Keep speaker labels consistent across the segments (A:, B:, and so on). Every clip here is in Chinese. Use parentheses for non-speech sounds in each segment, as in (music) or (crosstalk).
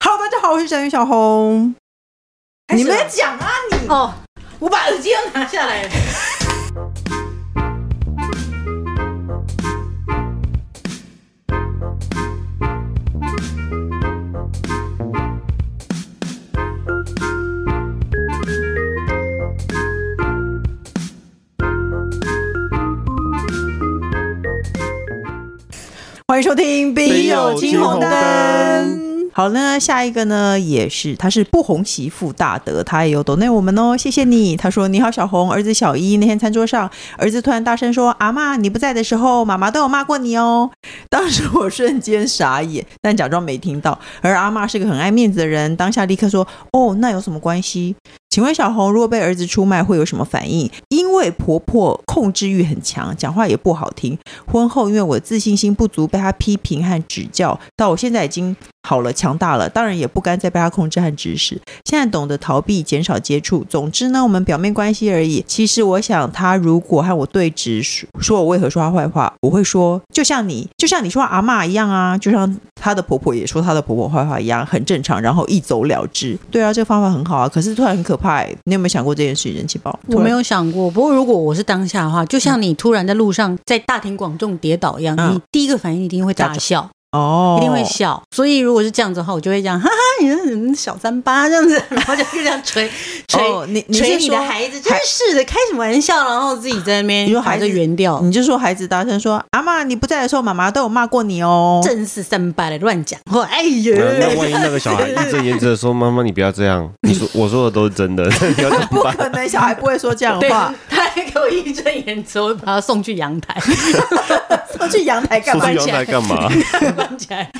A: 好，我是宅女小红。
B: 开
A: 你
B: 始了
A: 们讲啊你！
B: 哦，我把耳机都拿下来了。
A: 欢迎收听《笔友
C: 有
A: 青
C: 青
A: 红
C: 红
A: 灯》
C: 灯
A: 好，那下一个呢，也是他是不红媳妇大德，他也有抖内我们哦，谢谢你。他说：“你好，小红，儿子小一那天餐桌上，儿子突然大声说：‘阿妈，你不在的时候，妈妈都有骂过你哦。’当时我瞬间傻眼，但假装没听到。而阿妈是个很爱面子的人，当下立刻说：‘哦，那有什么关系？’请问小红，如果被儿子出卖会有什么反应？因为婆婆控制欲很强，讲话也不好听，婚后因为我自信心不足，被他批评和指教，到我现在已经好了，强大了，当然也不甘再被他控制和指使。现在懂得逃避，减少接触。总之呢，我们表面关系而已。其实我想，他如果和我对峙，说说我为何说他坏话，我会说，就像你，就像你说阿嬷一样啊，就像她的婆婆也说她的婆婆坏话一样，很正常，然后一走了之。对啊，这个方法很好啊，可是突然很可怕、欸。你有没有想过这件事？人气爆，
B: 我没
A: 有。
B: 有想过，不过如果我是当下的话，就像你突然在路上在大庭广众跌倒一样，
A: 嗯
B: 你第一个反应一定会大笑，
A: 哦，
B: 一定会笑。所以如果是这样子的话，我就会这样，哈哈，你那什么小三八这样子，然后就这样
A: (laughs)
B: 捶捶
A: 哦，你你
B: 捶
A: 是
B: 你的
A: 说
B: 孩子，真是的，开什么玩笑？然后自己在那边
A: 你说
B: 把
A: 孩
B: 这
A: 子嗯
B: 圆掉，
A: 你就说孩子大声说：“阿妈，你不在的时候，妈妈都有骂过你哦。” (laughs)
B: 正是三八的乱讲话。哎呀，
C: 那那万一那个小孩义正言辞的说：“妈妈，你不要这样。”你说我说的都是真
A: (laughs)
C: 的，你要怎么办？
A: 可能小孩不会说这样的
B: 对
A: 话，，
B: 他还给我义正言辞，我会把他送去阳 (laughs) 台
A: 说去阳台干
C: 说
A: 嘛
C: 去？阳台干
B: (laughs)
C: 嘛？
B: 关起来。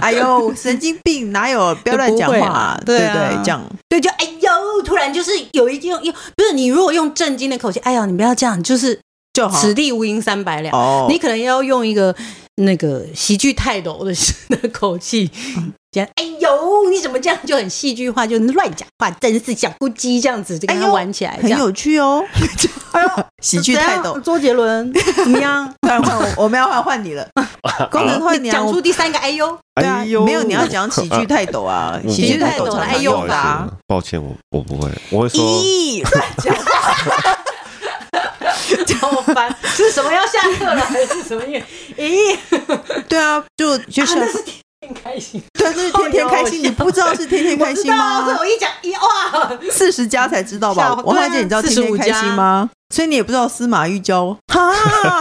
A: 哎呦，神经病，哪有？不要乱讲
B: 不会
A: 话
B: 啦，
A: 对
B: 对
A: 不
B: 啊
A: 对？这样
B: 对，就哎呦，突然就是有一用用，不是你如果用震惊的口气，哎呀，你不要这样，就是
A: 就好
B: 此。地无银三百两，
A: 哦，
B: 你可能要用一个那个喜剧泰斗的的口气。讲哎呦，你怎么这样就很戏剧化，就乱讲话，真是小咕叽这样子，就跟
A: 哎
B: 他
A: 呦
B: 玩起来，
A: 很
B: 这样
A: 有趣哦。 (laughs) 哎呦，喜剧泰
B: 怎
A: 斗
B: 样，周杰伦怎么 (laughs) 样？
A: 突然换我，我们要换换你 (laughs) 了，功能换你啊。
B: 讲
A: 我
B: 出第三个哎呦，
A: 对啊
C: 哎呦，
A: 没有你要讲喜剧泰斗 (laughs) 啊，
C: 我
A: 喜剧泰斗
B: 喜剧泰斗
A: 常
B: 哎
A: 常
B: 呦
C: 不好
A: 用
C: 意
A: 的啊
C: 思。抱歉，我我不会，我会说
A: 咦，乱讲话
B: (laughs) 好烦，是什么要下课了 (laughs) 还是什么意思？咦，
A: (laughs) 对 (laughs) 啊，就就是
B: 真的是挺开心。
A: 对啊，那是天天开心，你不知道是天天开心
B: 我知道
A: 吗？
B: 所以我一讲一哇，
A: (laughs) 四十加才知道吧
B: 吓？我
A: 王汉姐，你知道天天开心吗？所以你也不知道司马玉娇，哈，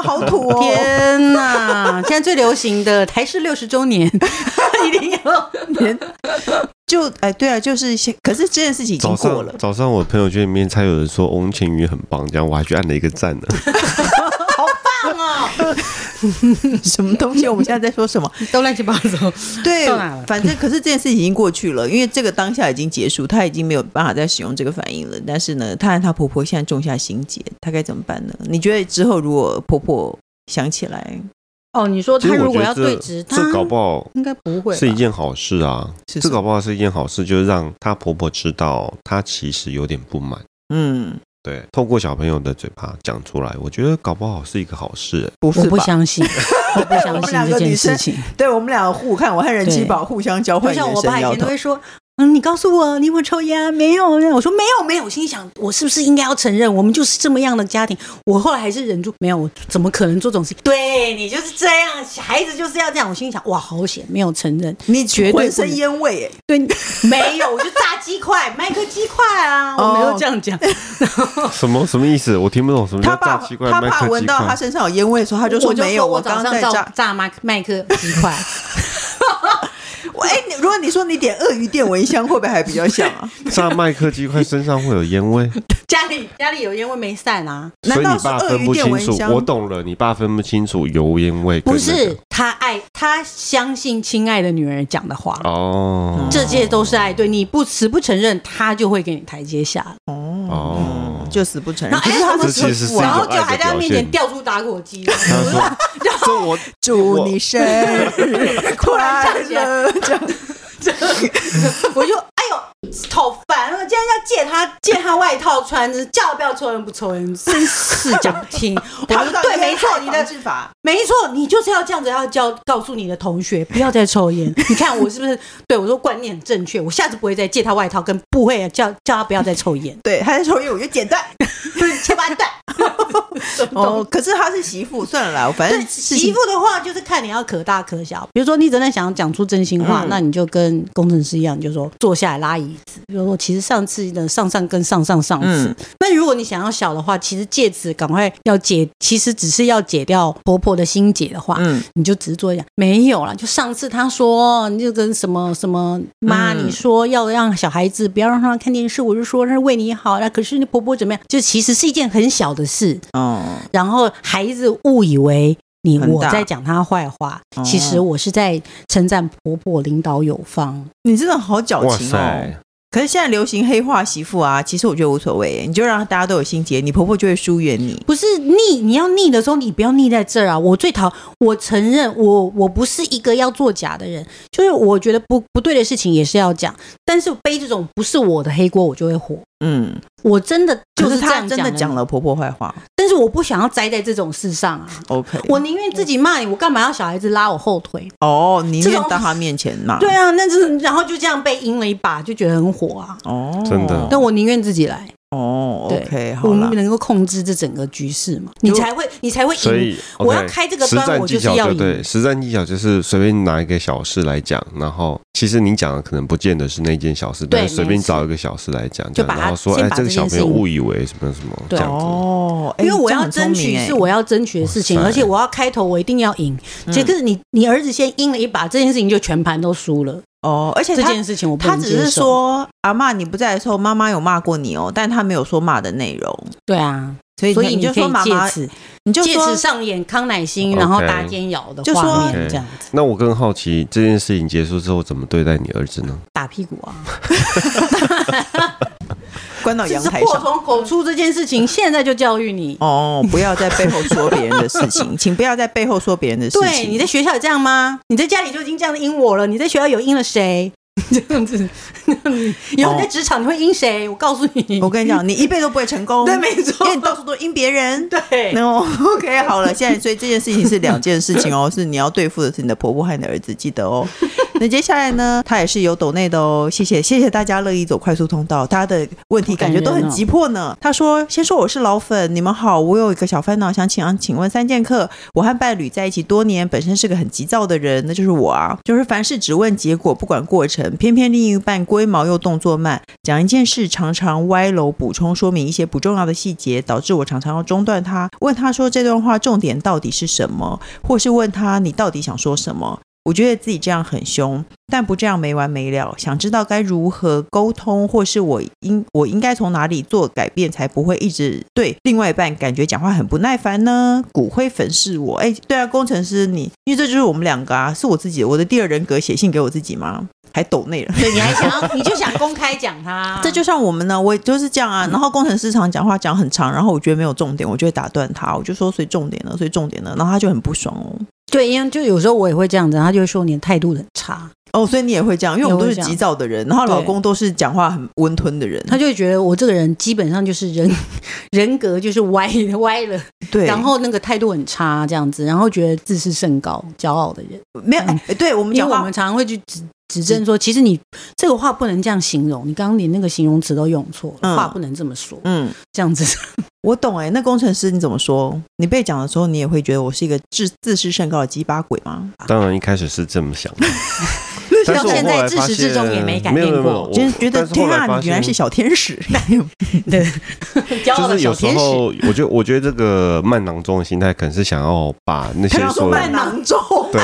A: 好土 (laughs) 哦！
B: 天哪！现在最流行的台式六十周年， (laughs) 一定要
A: 就哎，对啊，就是先，可是这件事情已经
C: 早
A: 过了
C: 上。早上我朋友圈里面才有人说翁倩玉很棒，这样我还去按了一个赞呢。
B: 棒哦，
A: 什么东西？我们现在在说什 (laughs) 么？
B: (laughs) 都乱七八糟。
A: 对
B: 到哪了，
A: 反正可是这件事情已经过去了，因为这个当下已经结束，她已经没有办法再使用这个反应了。但是呢，她和她婆婆现在种下心结，她该怎么办呢？你觉得之后如果婆婆想起来
B: 哦，你说
C: 其
B: 他
C: 实
B: 如
C: 我
B: 果
C: 觉
B: 要
C: 得
B: 对
C: 这
B: 峙，
C: 这
B: 他
C: 搞不好
B: 应该不会吧
C: 是一件好事啊，
A: 是什
C: 这
A: 么
C: 搞不好是一件好事，就是让她婆婆知道她其实有点不满。
A: 嗯，
C: 对，透过小朋友的嘴巴讲出来，我觉得搞不好是一个好事、 (laughs) 欸。
A: 不
B: 我
A: 是
B: 不
A: 吧？
B: 相信，我不相信这件事情。
A: 对我们两个互看，我和人气
B: 对
A: 宝互相交
B: 就
A: 换
B: 像
A: 眼
B: 我爸
A: 神
B: 以
A: 摇
B: 前都
A: 头。
B: 会说。嗯，你告诉我，你有没有抽烟啊？没有呢。我说没有，没有。我心里想，我是不是应该要承认，我们就是这么样的家庭？我后来还是忍住，没有，我怎么可能做这种事情？对你就是这样，孩子就是要这样。我心里想，哇，好险，没有承认。
A: 你
B: 绝对
A: 浑
B: 不
A: 身
B: 能
A: 烟味耶，
B: 对，没有，我就炸鸡块，麦克鸡块啊，
A: 哦
B: 我没有这样讲。
C: 什么什么意思？我听不懂什么
A: 他
C: 叫炸
A: 爸
C: 鸡块、
A: 他
C: 麦
A: 爸
C: 克
A: 闻
C: 鸡
A: 到他
C: 块。
A: 身上有烟味的时候， (laughs) 他就
B: 我
A: 说
B: 就
A: 没有，
B: 我
A: 刚
B: 早
A: 刚在
B: 上炸 (laughs)
A: 炸。
B: 炸麦麦克鸡块，
A: (laughs) 我哎，你如果你说你点鳄鱼电蚊香，会不会还比较像啊？
B: (laughs)
C: 炸麦克鸡块身上会有烟味，
B: 家里家里有烟味没散啊？
A: 难
C: 所以
A: 道
C: 你
A: 是
C: 爸
A: 鳄
C: 分
A: 鱼
C: 不
A: 电
C: 清
A: 蚊
C: 楚。
A: 香？
C: 我懂了，你爸分不清楚油烟味跟、
B: 不
C: 那个。
B: 是，他爱他相信亲爱的女人讲的话。
C: 哦
B: 这些都是爱，对你不死不承认，他就会给你台阶下，嗯
C: 哦，
A: (laughs) 就死不承认。
B: 然后
A: 可是他
B: 哎
A: 们
C: 这其实是一
A: 啊
B: 然后
C: 种
B: 就
C: 爱
B: 还在
C: 的
B: 他
C: 表
B: 面前
C: 现。
B: 掉出打火机，
C: 他
B: (laughs)
C: 说：“这我
A: 祝你生日 (laughs)
B: 然
A: 快
B: 站起来
A: 乐，这样
B: 我就哎呦，好烦！我今天要见他借他外套穿，就是叫他不要抽烟不抽烟，真是讲不
C: (laughs)
B: 听。我
A: 他不
B: 说
A: 知道
B: 对，
A: 烟
B: 没错，
A: 害
B: 你的
A: 防治法，
B: 没错，你就是要这样子，要教告诉你的同学不要再抽烟。你看我是不是对我说观念很正确？我下次不会再借他外套，跟不会叫叫他不要再抽烟
C: (laughs)
A: 对，他在抽烟我就剪断。
B: (laughs) 切八段。
A: (laughs) 哦，可是他是媳妇，算了啦，反正
B: 对，
A: 事
B: 媳
A: 情
B: 妇的话就是看你要可大可小。比如说你真的想讲出真心
A: 嗯
B: 话，那你就跟工程师一样，你就说坐下来拉椅子。比如说，其实上次的上上跟上上上次，
A: 嗯
B: 那如果你想要小的话，其实戒指赶快要解，其实只是要解掉婆婆的心结的话，
A: 嗯
B: 你就只是做一下，没有啦，就上次他说，你就跟什么什么妈，
A: 嗯
B: 你说要让小孩子不要让他看电视，我就说是为你好，那可是你婆婆怎么样？就其实是一件很小的事，
A: 哦，
B: 然后孩子误以为你
A: 很
B: 我
A: 大
B: 在讲他坏话，
A: 哦
B: 其实我是在称赞婆婆领导有方。
A: 你真的好矫
C: 哇
A: 情哦。
C: 塞，
A: 可是现在流行黑化媳妇啊，其实我觉得无所谓，你就让大家都有心结，你婆婆就会疏远你。
B: 不是腻，你要腻的时候，你不要腻在这儿啊！我最讨，我承认我我不是一个要作假的人，就是我觉得不不对的事情也是要讲，但是背这种不是我的黑锅，我就会火。
A: 嗯，
B: 我真的就
A: 就是是
B: 这
A: 她
B: 样
A: 真的讲
B: 了，
A: 了婆婆坏话。
B: 但是我不想要栽在这种事上啊！
A: OK，
B: 我宁愿自己骂你，我干嘛要小孩子拉我后腿？
A: 哦，你
B: 这
A: 念
B: 种
A: 到她面前嘛？
B: 对啊，那就是然后就这样被阴了一把，就觉得很火啊！
A: 哦，
C: 真的
B: 但我宁愿自己来，
A: 哦
B: 对
A: ，OK，好
B: 我
A: 了
B: 们，能够控制这整个局势嘛，你才会你才会
C: 所
B: 赢
C: 以。
B: 我要
C: OK，
B: 开这个
C: 实
B: 端
C: 战
B: 我
C: 技
B: 就是
C: 巧
B: 要
C: 就
B: 赢
C: 对，实战技巧就是随便拿一个小事来讲，然后其实你讲的可能不见得是那件小事，
B: 对
C: 但是随便
B: 没错
C: 找一个小事来讲，
B: 就
C: 这
B: 把
C: 样
B: 它
C: 然后说
B: 先
C: 哎
B: 把
C: 这个
B: 这
C: 小
B: 件
C: 朋友
B: 事情
C: 误以为什么什么这
B: 对
C: 样子，
A: 哦，哎
B: 因为我
A: 这样
B: 要
A: 很聪
B: 争
A: 明
B: 取
A: 哎
B: 是我要争取的事情，
C: 哇塞
B: 而且我要开头，我一定要赢。
A: 嗯
B: 结果你你儿子先赢了一把，这件事情就全盘都输了。
A: 哦，而且
B: 这
A: 她
B: 件事情我不
A: 她
B: 能
A: 只
B: 接
A: 是
B: 受。
A: 说阿妈你不在的时候，妈妈有骂过你哦，但她没有说骂的内容，
B: 对啊，
A: 所以
B: 所以
A: 你就
B: 可以
A: 说妈
B: 借
A: 妈，
B: 此
A: 你就
B: 借
A: 说
B: 此上演康乃馨，
C: OK
B: 然后搭肩摇的
A: 就说
B: 画面，
C: OK
B: 这样子
C: 那我更好奇这件事情结束之后怎么对待你儿子呢？
B: 打屁股啊！
A: 关到
B: 这
A: 阳
B: 是
A: 台
B: 祸 (laughs)
A: 上。
B: 从口出这件事情，现在就教育你。
A: 哦，不要在背后说别人的事情，请不要在背后说别人的事
B: 对，
A: 情。
B: 你在学校有这样吗？你在家里就已经这样阴我了，你在学校有阴了谁？ (laughs) 这样子，以后你在职场你会阴谁？我告诉
A: (laughs)
B: 你，
A: 我跟你讲，你一辈都不会成功。
B: (laughs) 对没错
A: 因为你到处都因别人。
B: 对
A: 那 OK，好了，现在所以这件事情是两件事情哦，是 (laughs) 你要对付的是你的婆婆和你的儿子，记得哦。 (laughs) 那接下来呢，他也是有抖内的哦，谢谢谢谢大家乐意走快速通道，大家的问题感觉都很急迫呢。他说：“先说我是老粉，你们好，我有一个小烦恼，想请啊，请问三剑客，我和伴侣在一起多年，本身是个很急躁的人，那就是我啊，就是凡事只问结果，不管过程，偏偏另一半龟毛又动作慢，讲一件事常常歪楼补充说明一些不重要的细节，导致我常常要中断他，问他说这段话重点到底是什么，或是问他你到底想说什么。我觉得自己这样很凶，但不这样没完没了。想知道该如何沟通，或是我应我应该从哪里做改变，才不会一直对另外一半感觉讲话很不耐烦呢？骨灰粉是我，哎，对啊，工程师你，因为这就是我们两个啊，是我自己，我的第二人格写信给我自己吗？还抖内了。 (laughs)
B: 对，你还想 (laughs) 要，你就想公开讲他，
A: 这就像我们呢，我就是这样啊。然后工程师常讲话讲很长，然后我觉得没有重点，我就会打断他，我就说所以重点呢，所以重点呢，然后他就很不爽哦。
B: 对，因为就有时候我也会这样子，他就会说你的态度很差，
A: 哦，所以你也会这样，因为我们都
B: 也
A: 是
B: 会这样
A: 急躁的人，然后老公都是讲话很温吞的人，
B: 他就会觉得我这个人基本上就是人 (laughs) 人格就是歪歪了，
A: 对，
B: 然后那个态度很差这样子，然后觉得自视甚高、骄傲的人，
A: 没有，哎，对我们
B: 嗯因
A: 讲
B: 为我
A: 话
B: 们嗯常常会去指指正说，其实你这个话不能这样形容，你刚刚连那个形容词都用错了，
A: 嗯
B: 话不能这么说，
A: 嗯，
B: 这样子
A: 我懂哎、那工程师你怎么说？你被讲的时候，你也会觉得我是一个自自视甚高的鸡巴鬼吗？ (laughs)
C: 当然一开始是这么想的，但是
B: 到
C: 我
B: 现
C: 后
B: 在
C: 来
B: 自
C: 发
B: 始至
C: 现
B: 终也没改
C: 没有
B: 变
C: 没有没
B: 过
C: 有我
A: 就是觉得
C: 但是后
A: 天
C: 来
A: 啊，
C: 发
A: 你原来
C: 现
A: 是小天
C: (laughs)
A: 使，
B: 对，骄傲 (laughs)
C: (laughs) 就
B: 的
C: 是
B: 小
C: 有时
B: 天使。
C: 候，我觉得，我觉得这个慢囊中的心态，可能是想要把那些
A: 他要
C: 所
A: 说
C: 有
A: 慢囊中，
C: (laughs) 对，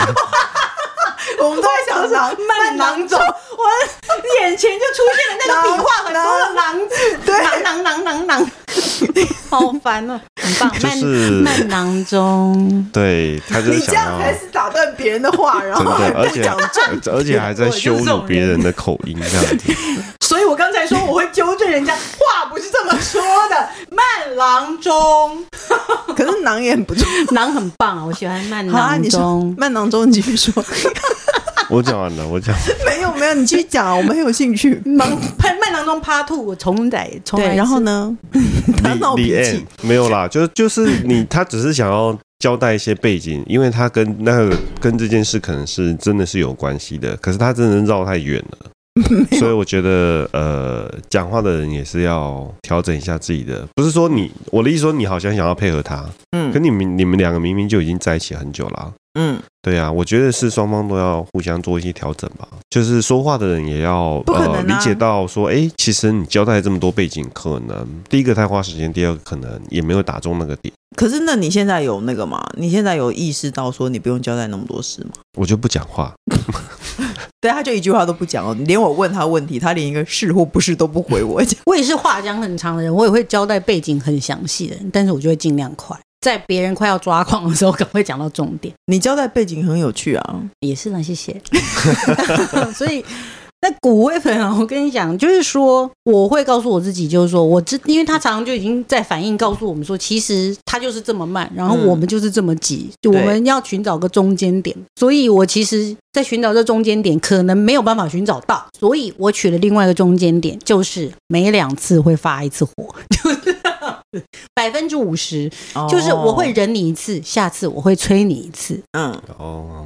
A: 我们都在想想
B: 慢囊中，我眼前就出现了那个笔画很多的“囊”字， (laughs) 对，囊囊囊囊囊，好烦哦，很棒，
C: 就
B: 慢
C: 是
B: 慢囊中，
C: 对他就
A: 你
C: 是
A: 这
C: 想
A: 样才
C: 要
A: 是打断别人的
C: (laughs)
A: 话，然
C: 真
A: 后还
C: 的，而
A: 不
C: 且
A: 讲重
C: (laughs)
A: 点。
C: 而且还在羞辱别人的口音这样
A: (laughs)
C: 子，
B: 所以我刚才说我会纠正人家，话不是这么说的，慢囊 (laughs) 中，
A: 可是
B: (laughs)
A: 囊也很不错。
B: 囊很棒啊，我喜欢慢
A: 好啊，
B: 囊
A: 你说
B: 中，
C: (laughs)
A: 慢囊中，你继续说。
C: 我讲完了，我讲完了
A: 没有没有，你继续讲，我们很有兴趣。
B: 忙 (laughs) 麦麦当中趴兔，我重来重来一
A: 对，
B: 次。
A: 然后呢？ (laughs) 他闹脾
C: 李李
A: 气
C: Ann，没有啦，就就是你，他只是想要交代一些背景，因为他跟那个跟这件事可能是真的是有关系的，可是他真的绕太远了。
A: (laughs)
C: 所以我觉得，呃，讲话的人也是要调整一下自己的，不是说你，我的意思说你好像想要配合他，可
A: 嗯
C: 你们你们两个明明就已经在一起很久了啊、
A: 嗯，
C: 对啊，我觉得是双方都要互相做一些调整吧，就是说话的人也要
A: 不可能啊
C: 呃理解到说，哎，其实你交代这么多背景，可能第一个太花时间，第二个可能也没有打中那个点，
A: 可是那你现在有那个吗？你现在有意识到说你不用交代那么多事吗？
C: 我就不讲话。
A: 对，他就一句话都不讲哦，连我问他问题，他连一个是或不是都不回我。
B: (laughs) 我也是话讲很长的人，我也会交代背景很详细的人，但是我就会尽量快，在别人快要抓狂的时候， (laughs) 赶快讲到重点。
A: 你交代背景很有趣啊，
B: 也是啦，谢谢。 (laughs) 所以。那骨灰粉啊，我跟你讲，就是说，我会告诉我自己，就是说，我知，因为他常常就已经在反应告诉我们说，其实他就是这么慢，然后
A: 嗯
B: 我们就是这么急，就我
A: 对
B: 们要寻找个中间点。所以我其实，在寻找这中间点，可能没有办法寻找到，所以我取了另外一个中间点，就是每两次会发一次火， (laughs) 就是百分之五十，就是我会
A: 哦
B: 忍你一次，下次我会催你一次。
A: 嗯。
C: 哦，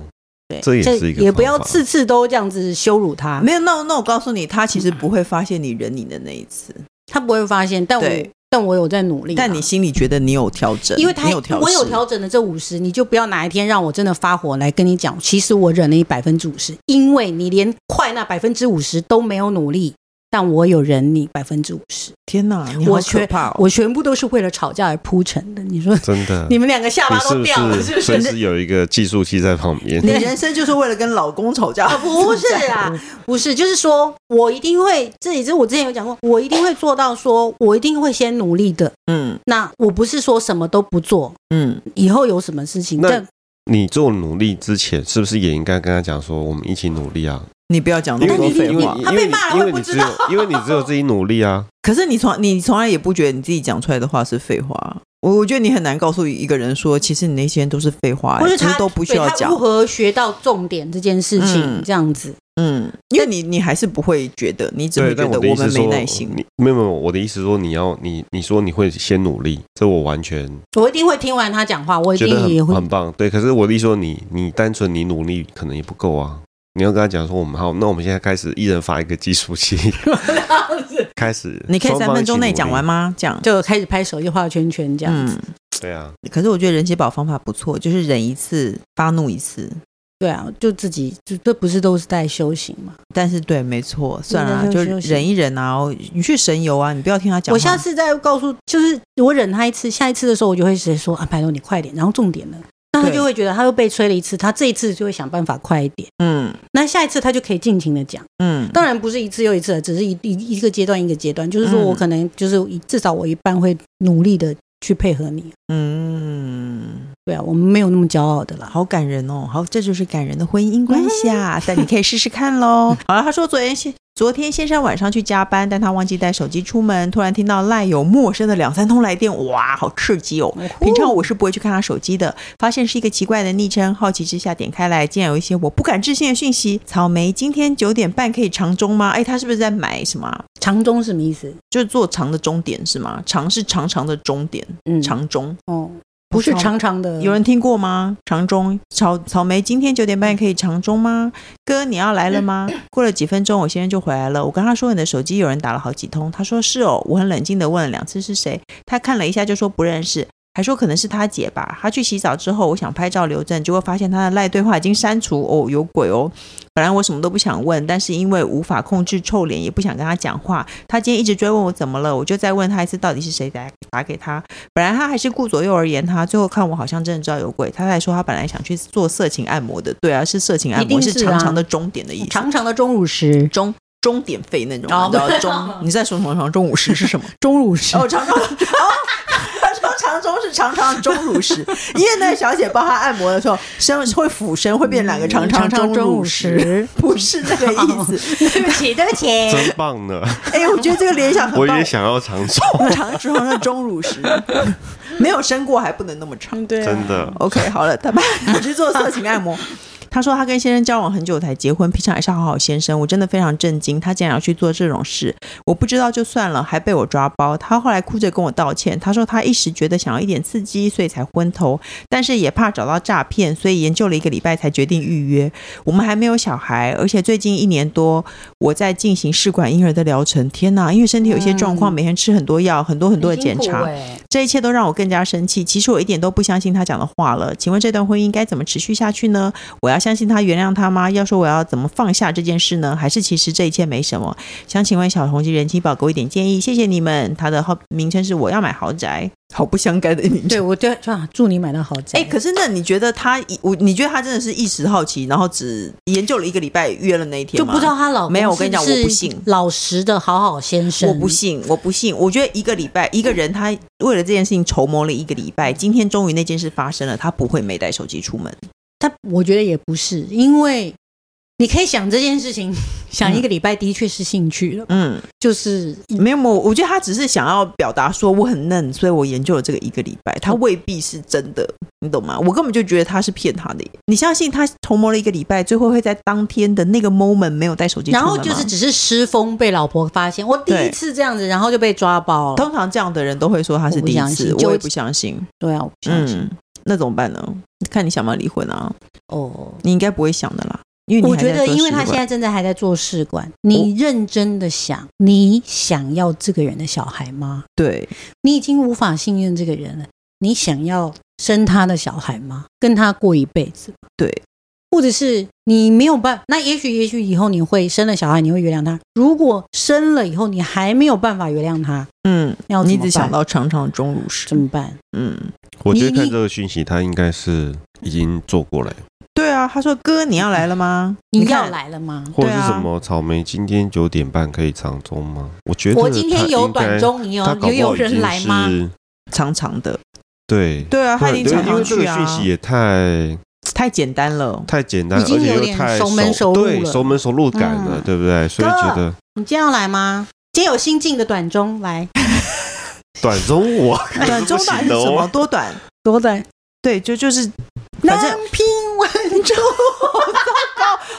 B: 对，
C: 这也是一个
B: 也不要
C: 方法
B: 次次都这样子羞辱他，
A: 没有，那那我告诉你，他其实不会发现你忍你的那一次，
B: 他不会发现，但我
A: 对
B: 但我有在努力啊、
A: 但你心里觉得你有调整，
B: 因为他
A: 你有调
B: 我有
A: 试
B: 调整的这五十，你就不要哪一天让我真的发火来跟你讲，其实我忍了你百分之五十，因为你连快那百分之五十都没有努力。但我有忍你百分之五十，
A: 天哪，你好
B: 我
A: 可
B: 全
A: 怕、哦！
B: 我全部都是为了吵架而铺陈的。你说
C: 真的，
B: 你们两个下巴
C: 嗯你是
B: 都
C: 不
B: 掉了，是
C: 是
B: 不
C: 随
B: 是？
C: 时有一个计数器在旁边？
A: 你人生就是为了跟老公吵架？
B: 啊，不是啊，不是，就是说我一定会，这也是我之前有讲过，我一定会做到说，我一定会先努力的。
A: (laughs) 嗯
B: 那我不是说什么都不做，
A: 嗯，
B: 以后有什么事情，
C: 那
B: 但
C: 你做努力之前，是不是也应该跟他讲说，我们一起努力啊？
A: 你不要讲那
C: 因
A: 么
C: 为
A: 多
C: 你
A: 废
C: 因为
A: 话
C: 你。
B: 他
C: 因为
B: 被骂了
C: 你因
B: 会
C: 为
B: 不
C: 你
B: 知
C: 只有因为你只有自己努力啊。
A: 可是你从你从来也不觉得你自己讲出来的话是废话。啊我我觉得你很难告诉一个人说，其实你那些都是废话、
B: 或
A: 欸，
B: 是
A: 其
B: 他
A: 实都不需要
B: 对他
A: 讲
B: 如。何学到重点这件事情，
A: 嗯
B: 这样子。
A: 嗯，因为你你还是不会觉得，你只
C: 对，
A: 会觉
C: 但
A: 得
C: 我的意
A: 我
C: 思
A: 们
C: 说
A: 没耐心。
C: 你没有没有，我的意思说你要你你说你会先努力，这我完全
B: 我一定会听完他讲话，我一
C: 觉得
B: 定也
C: 很
B: 会。
C: 很棒。对，可是我的意思说你你单纯你努力可能也不够啊。你要跟他讲说，我们好，那我们现在开始一人发一个计数器， (laughs) 开始。
A: 你可以三分钟内讲完
C: 吗？
A: 吗？这样，
B: 就开始拍手机画圈圈这样子，
A: 嗯。
C: 对啊，
A: 可是我觉得人血宝方法不错，就是忍一次发怒一次。
B: 对啊，就自己就这不是都是在修行吗？
A: 但是对，没错，算了啊，
B: 那就
A: 就
B: 休息
A: 忍一忍啊。哦你去神游啊，你不要听他讲话。
B: 我下次再告诉，就是我忍他一次，下一次的时候我就会直接说啊，拜托你快点。然后重点呢，那他
A: 对
B: 就会觉得他又被催了一次，他这一次就会想办法快一点。
A: 嗯
B: 那下一次他就可以尽情的讲，
A: 嗯，
B: 当然不是一次又一次的，只是一一一个阶段一个阶段，就是说
A: 嗯
B: 我可能就是一至少我一半会努力的去配合你。
A: 嗯，
B: 对啊，我们没有那么骄傲的啦。
A: 好感人哦，好，这就是感人的婚姻关系啊。 (laughs) 但你可以试试看喽。好了，他说昨天先昨天先生晚上去加班，但他忘记带手机出门，突然听到赖有陌生的两三通来电，哇，好刺激哦！平常我是不会去看他手机的，发现是一个奇怪的昵称，好奇之下点开来，竟然有一些我不敢置信的讯息。草莓今天九点半可以长钟吗？哎，他是不是在买什么啊、
B: 长中什么意思？
A: 就是做长的终点是吗？长是长长的终点，
B: 嗯
A: 长钟。
B: 哦，不是
A: 长
B: 长长的，
A: 有人听过吗？长钟草草莓，今天九点半可以长钟吗？哥，你要来了吗？过了几分钟，我先生就回来了。我跟他说，你的手机有人打了好几通。他说是哦。我很冷静的问了两次是谁，他看了一下就说不认识，还说可能是他姐吧。他去洗澡之后，我想拍照留证，结果发现他的赖对话已经删除。哦，有鬼哦！本来我什么都不想问，但是因为无法控制臭脸，也不想跟他讲话。他今天一直追问我怎么了，我就再问他一次，到底是谁打打给他？本来他还是顾左右而言他，最后看我好像真的知道有鬼，他才说他本来想去做色情按摩的。对啊，是色情按
B: 一
A: 摩，
B: 定
A: 是
B: 是啊
A: 长长的终点的意思。
B: 长长的钟乳石，
A: 中钟点费那种，
B: 哦
A: 你知 (laughs) 道钟？你在说什么？长钟午时是什么？
B: 钟乳石
A: 哦，长钟。哦他说长钟是长长的钟乳石， (laughs) 因为那个小姐帮他按摩的时候，身会俯身会变两个 (laughs) 长长的钟乳石，
B: 石。
A: (laughs) 不是那个意 (laughs) 思。
B: 对不起，对不起，
C: 真棒呢！
A: 哎、我觉得这个联想很
C: 我
A: 棒
C: 也。想要长寿，
A: 长之后那钟乳 (laughs) 石，没有生过还不能那么长。
B: (laughs) 对啊
C: 真的。
A: (laughs) OK，好了，他爸我去做色情按摩。她说她跟先生交往很久才结婚，平常也是好好先生。我真的非常震惊，他竟然要去做这种事，我不知道就算了，还被我抓包。她后来哭着跟我道歉，她说她一时觉得想要一点刺激，所以才昏头，但是也怕找到诈骗，所以研究了一个礼拜才决定预约。我们还没有小孩，而且最近一年多我在进行试管婴儿的疗程。天哪，因为身体有一些状况，每天吃很多药，很多很多的
B: 很辛
A: 检
B: 苦
A: 查。
B: 欸
A: 这一切都让我更加生气。其实我一点都不相信他讲的话了。请问这段婚姻该怎么持续下去呢？我要相信他原谅他吗？要说我要怎么放下这件事呢？还是其实这一切没什么？想请问小红及人气宝给我一点建议，谢谢你们。他的号名称是我要买豪宅，好不相干的名
B: 对。我对啊，祝你买到豪宅。
A: 哎、可是那你觉得他我你觉得他真的是一时好奇，然后只研究了一个礼拜约了那一天
B: 就
A: 吗
B: 不知道她老公
A: 没有我跟你讲
B: 是
A: 我不
B: 是
A: 信
B: 老实的好好先生，
A: 我不信，我不信。我觉得一个礼拜，一个人他为了这件事情筹谋了一个礼拜，今天终于那件事发生了，他不会没带手机出门。
B: 但我觉得也不是，因为你可以想这件事情，想一个礼拜的确是兴趣了，
A: 嗯，
B: 就是
A: 没有，我我觉得他只是想要表达说我很嫩，所以我研究了这个一个礼拜，他未必是真的，你懂吗？我根本就觉得他是骗他的耶。你相信他筹谋了一个礼拜，最后会在当天的那个 moment 没有带手机出
B: 然
A: 门吗，
B: 后就是只是失风被老婆发现，我第一
A: 对
B: 次这样子，然后就被抓包了。
A: 通常这样的人都会说他是第一
B: 我不相
A: 次，
B: 信
A: 我
B: 就
A: 也不相信。
B: 对啊，我不相信。
A: 嗯，那怎么办呢？看你想不想离婚啊？
B: 哦，
A: 你应该不会想的啦，因为你
B: 我
A: 还
B: 觉
A: 在
B: 得
A: 做
B: 因为
A: 试
B: 他
A: 管哦
B: 现在正在还在做试管，你认真的想，你想要这个人的小孩吗？
A: 对
B: 你已经无法信任这个人了，你想要生他的小孩吗？跟他过一辈子？
A: 对，
B: 或者是你没有办那也许也许以后你会生了小孩，你会原谅他。如果生了以后你还没有办法原谅他，
A: 嗯，
B: 要怎
A: 你
B: 么
A: 只想
B: 办
A: 到长长的钟乳石
B: 怎，么办？
A: 嗯，
C: 我觉得
B: 你
C: 看
B: 你
C: 这个讯息，他应该是已经做过了，
A: 对啊，他说哥你要来了吗？
B: 你
A: 看
B: 要来了吗？
C: 或者
A: 对
C: 是
A: 啊
C: 什么草莓今天九点半可以长中吗？我觉得
B: 我今天有短
C: 中，
B: 中，你有
C: 他搞
B: 有有
C: 不好已经
B: 人来吗？
C: 是？
A: 长长的，
C: 对。
A: 对啊，他已
C: 对，
A: 经
C: 对
A: 常
C: 因为
A: 常
C: 这个
A: 去啊
C: 讯，息也太
A: 太简单了。
C: 太简单，
B: 已
C: 而
B: 经
C: 且
B: 有
C: 又
B: 点
C: 太
B: 熟门熟路
C: 对
B: 了
C: 熟门熟路感了，
B: 嗯
C: 对不对？所以
B: 哥
C: 觉得
B: 你今天要来吗？今天有新进的短中 (laughs) 来，
C: 短中
B: (laughs)
C: 我
A: 短中短是
C: 不行
A: 什
C: 的
A: 么？
C: 哦
A: 多短？
B: 多短。
A: 对，就就是，反
B: 南
A: 正
B: 平晚钟， (laughs)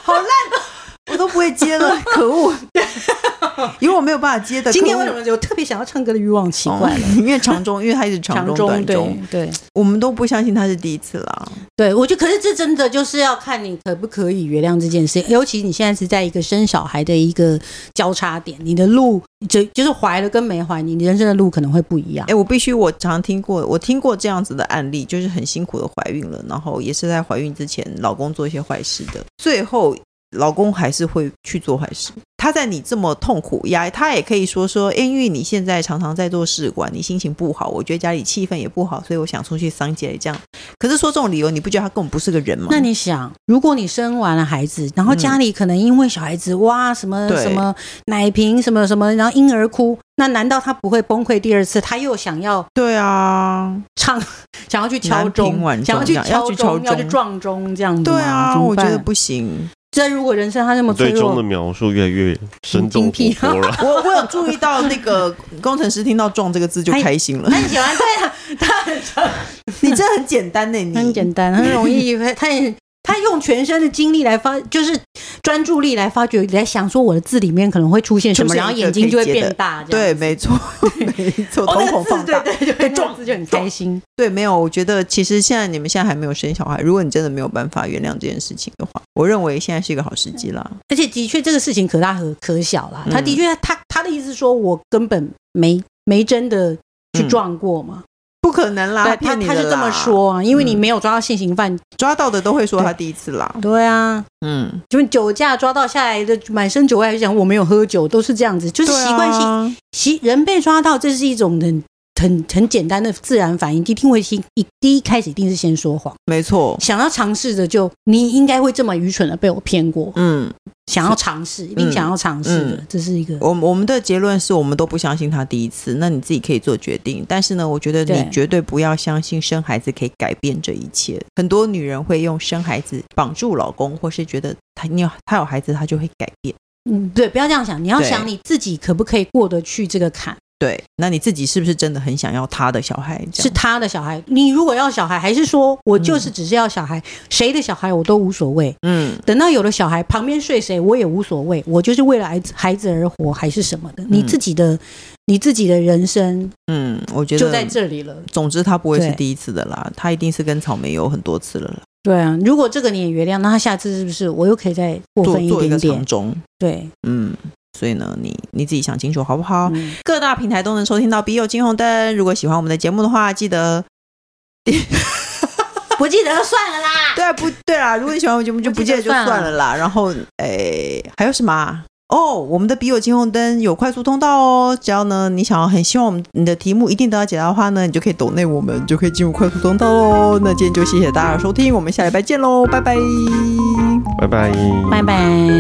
A: 好烂，我都不会接 (laughs) 了，可恶！因为我没有办法接的。
B: 今天
A: 可
B: 为
A: 恶
B: 什么有特别想要唱歌的欲望？奇
A: 哦
B: 怪了，
A: 因为长中，因为他一直长
B: 长
A: 中
B: 中
A: 短
B: 对
A: 中，
B: 对
A: 我们都不相信他是第一次啦。
B: 对，我觉得可是这真的就是要看你可不可以原谅这件事，尤其你现在是在一个生小孩的一个交叉点，你的路就就是怀了跟没怀，你人生的路可能会不一样
A: 哎、。我必须，我常听过，我听过这样子的案例，就是很辛苦的怀孕了，然后也是在怀孕之前，老公做一些坏事的，最后老公还是会去做坏事。他在你这么痛苦压，他也可以说说，诶因为你现在常常在做试管，你心情不好，我觉得家里气氛也不好，所以我想出去桑姐这样。可是说这种理由，你不觉得他根本不是个人吗？
B: 那你想，如果你生完了孩子，然后家里可能因为小孩子哇什么
A: 嗯对
B: 什么奶瓶什么什么，然后婴儿哭，那难道他不会崩溃第二次？他又想要
A: 对啊，
B: 唱，想要去敲
A: 南屏晚
B: 钟，
A: 钟
B: 想要去
A: 这样要
B: 敲
A: 去敲
B: 钟，要去
A: 钟
B: 撞钟这样子
A: 对
B: 吗？
A: 啊，
B: 怎么
A: 我觉得
B: 办
A: 不行。
B: 这如果人生他那么啊
C: 你
B: 脆
C: (laughs) 对
B: 弱
C: 中的，描述越来越生动活泼了。
A: 我我有注意到那个工程师听到“撞”这个字就
B: 哎
A: 开心了
B: 他。很喜欢，对啊，他很喜欢
A: 你这很简单呢、你
B: 很简单，很容易，他也他用全身的精力来发，就是专注力来发掘，来想说我的字里面可能会出现什么，
A: 出现一个
B: 然后眼睛就会
A: 可以接的
B: 变大，这
A: 对，
B: 样。
A: 没
B: (laughs)
A: 错，没错，
B: 哦
A: 瞳
B: 那个
A: 孔
B: 字
A: 放大。
B: 对
A: (laughs)
B: 对对，
A: 被撞
B: 撞字就很开心。
A: 对，没有，我觉得其实现在你们现在还没有生小孩，如果你真的没有办法原谅这件事情的话，我认为现在是一个好时机啦。
B: 而且的确，这个事情可大可可小啦。
A: 嗯
B: 他的确，他他的意思是说我根本没没真的去撞过嘛。
A: 不可能啦，
B: 对，他
A: 嗯骗你
B: 他
A: 的
B: 是这么
A: 啦，
B: 说啊，因为你
A: 嗯
B: 没有抓到现行犯。
A: 抓到的都会说他第一次啦。
B: 对啊，
A: 嗯，
B: 就是酒驾抓到下来的满身酒味，还是讲我没有喝酒，都是这样子，就是嗯习惯性
A: 性。
B: 习人被抓到，这是一种很很很简单的自然反应，一定会先一第一开始一定是先说谎，
A: 没错。
B: 想要尝试的就你应该会这么愚蠢的被我骗过，
A: 嗯，
B: 想要尝试，一定想要尝试的，
A: 嗯
B: 这是一个
A: 我我们的结论是我们都不相信他第一次，那你自己可以做决定。但是呢，我觉得
B: 对
A: 你绝对不要相信生孩子可以改变这一切。很多女人会用生孩子绑住老公，或是觉得他你有他有孩子，他就会改变。
B: 嗯对，不要这样想，你要
A: 对
B: 想你自己可不可以过得去这个坎，
A: 对，那你自己是不是真的很想要他的小孩？这
B: 是
A: 样
B: 他的小孩。你如果要小孩，还是说我就是只是要小孩，谁的小孩我都无所谓。
A: 嗯，
B: 等到有了小孩，旁边睡谁我也无所谓，我就是为了孩子孩子而活，还是什么的。你自己的，你自己的人生
A: 嗯，我觉得
B: 就在。这里了。
A: 总之，他不会是
B: 对
A: 第一次的啦，他一定是跟草莓有很多次了啦。
B: 对啊，如果这个你也原谅，那他下次是不是我又可以再过
A: 做
B: 分一
A: 做一
B: 点
A: 个长
B: 点？
A: 中，
B: 对，
A: 嗯，所以呢，你你自己想清楚好不好？
B: 嗯
A: 各大平台都能收听到《笔友金红灯》。如果喜欢我们的节目的话，记得
B: 不记得就算了啦。
A: 对啊，不对啦，如果你喜欢我们节目，就不
B: 不
A: 记
B: 记
A: 得
B: 得
A: 就算了啦。然后，诶，还有什么、啊？哦，我们的笔友金红灯有快速通道哦。只要呢，你想要很希望我们你的题目一定得到解答的话呢，你就可以抖内我们，就可以进入快速通道喽。那今天就谢谢大家的收听，我们下礼拜见喽，拜拜。
C: 拜拜，
B: 拜拜。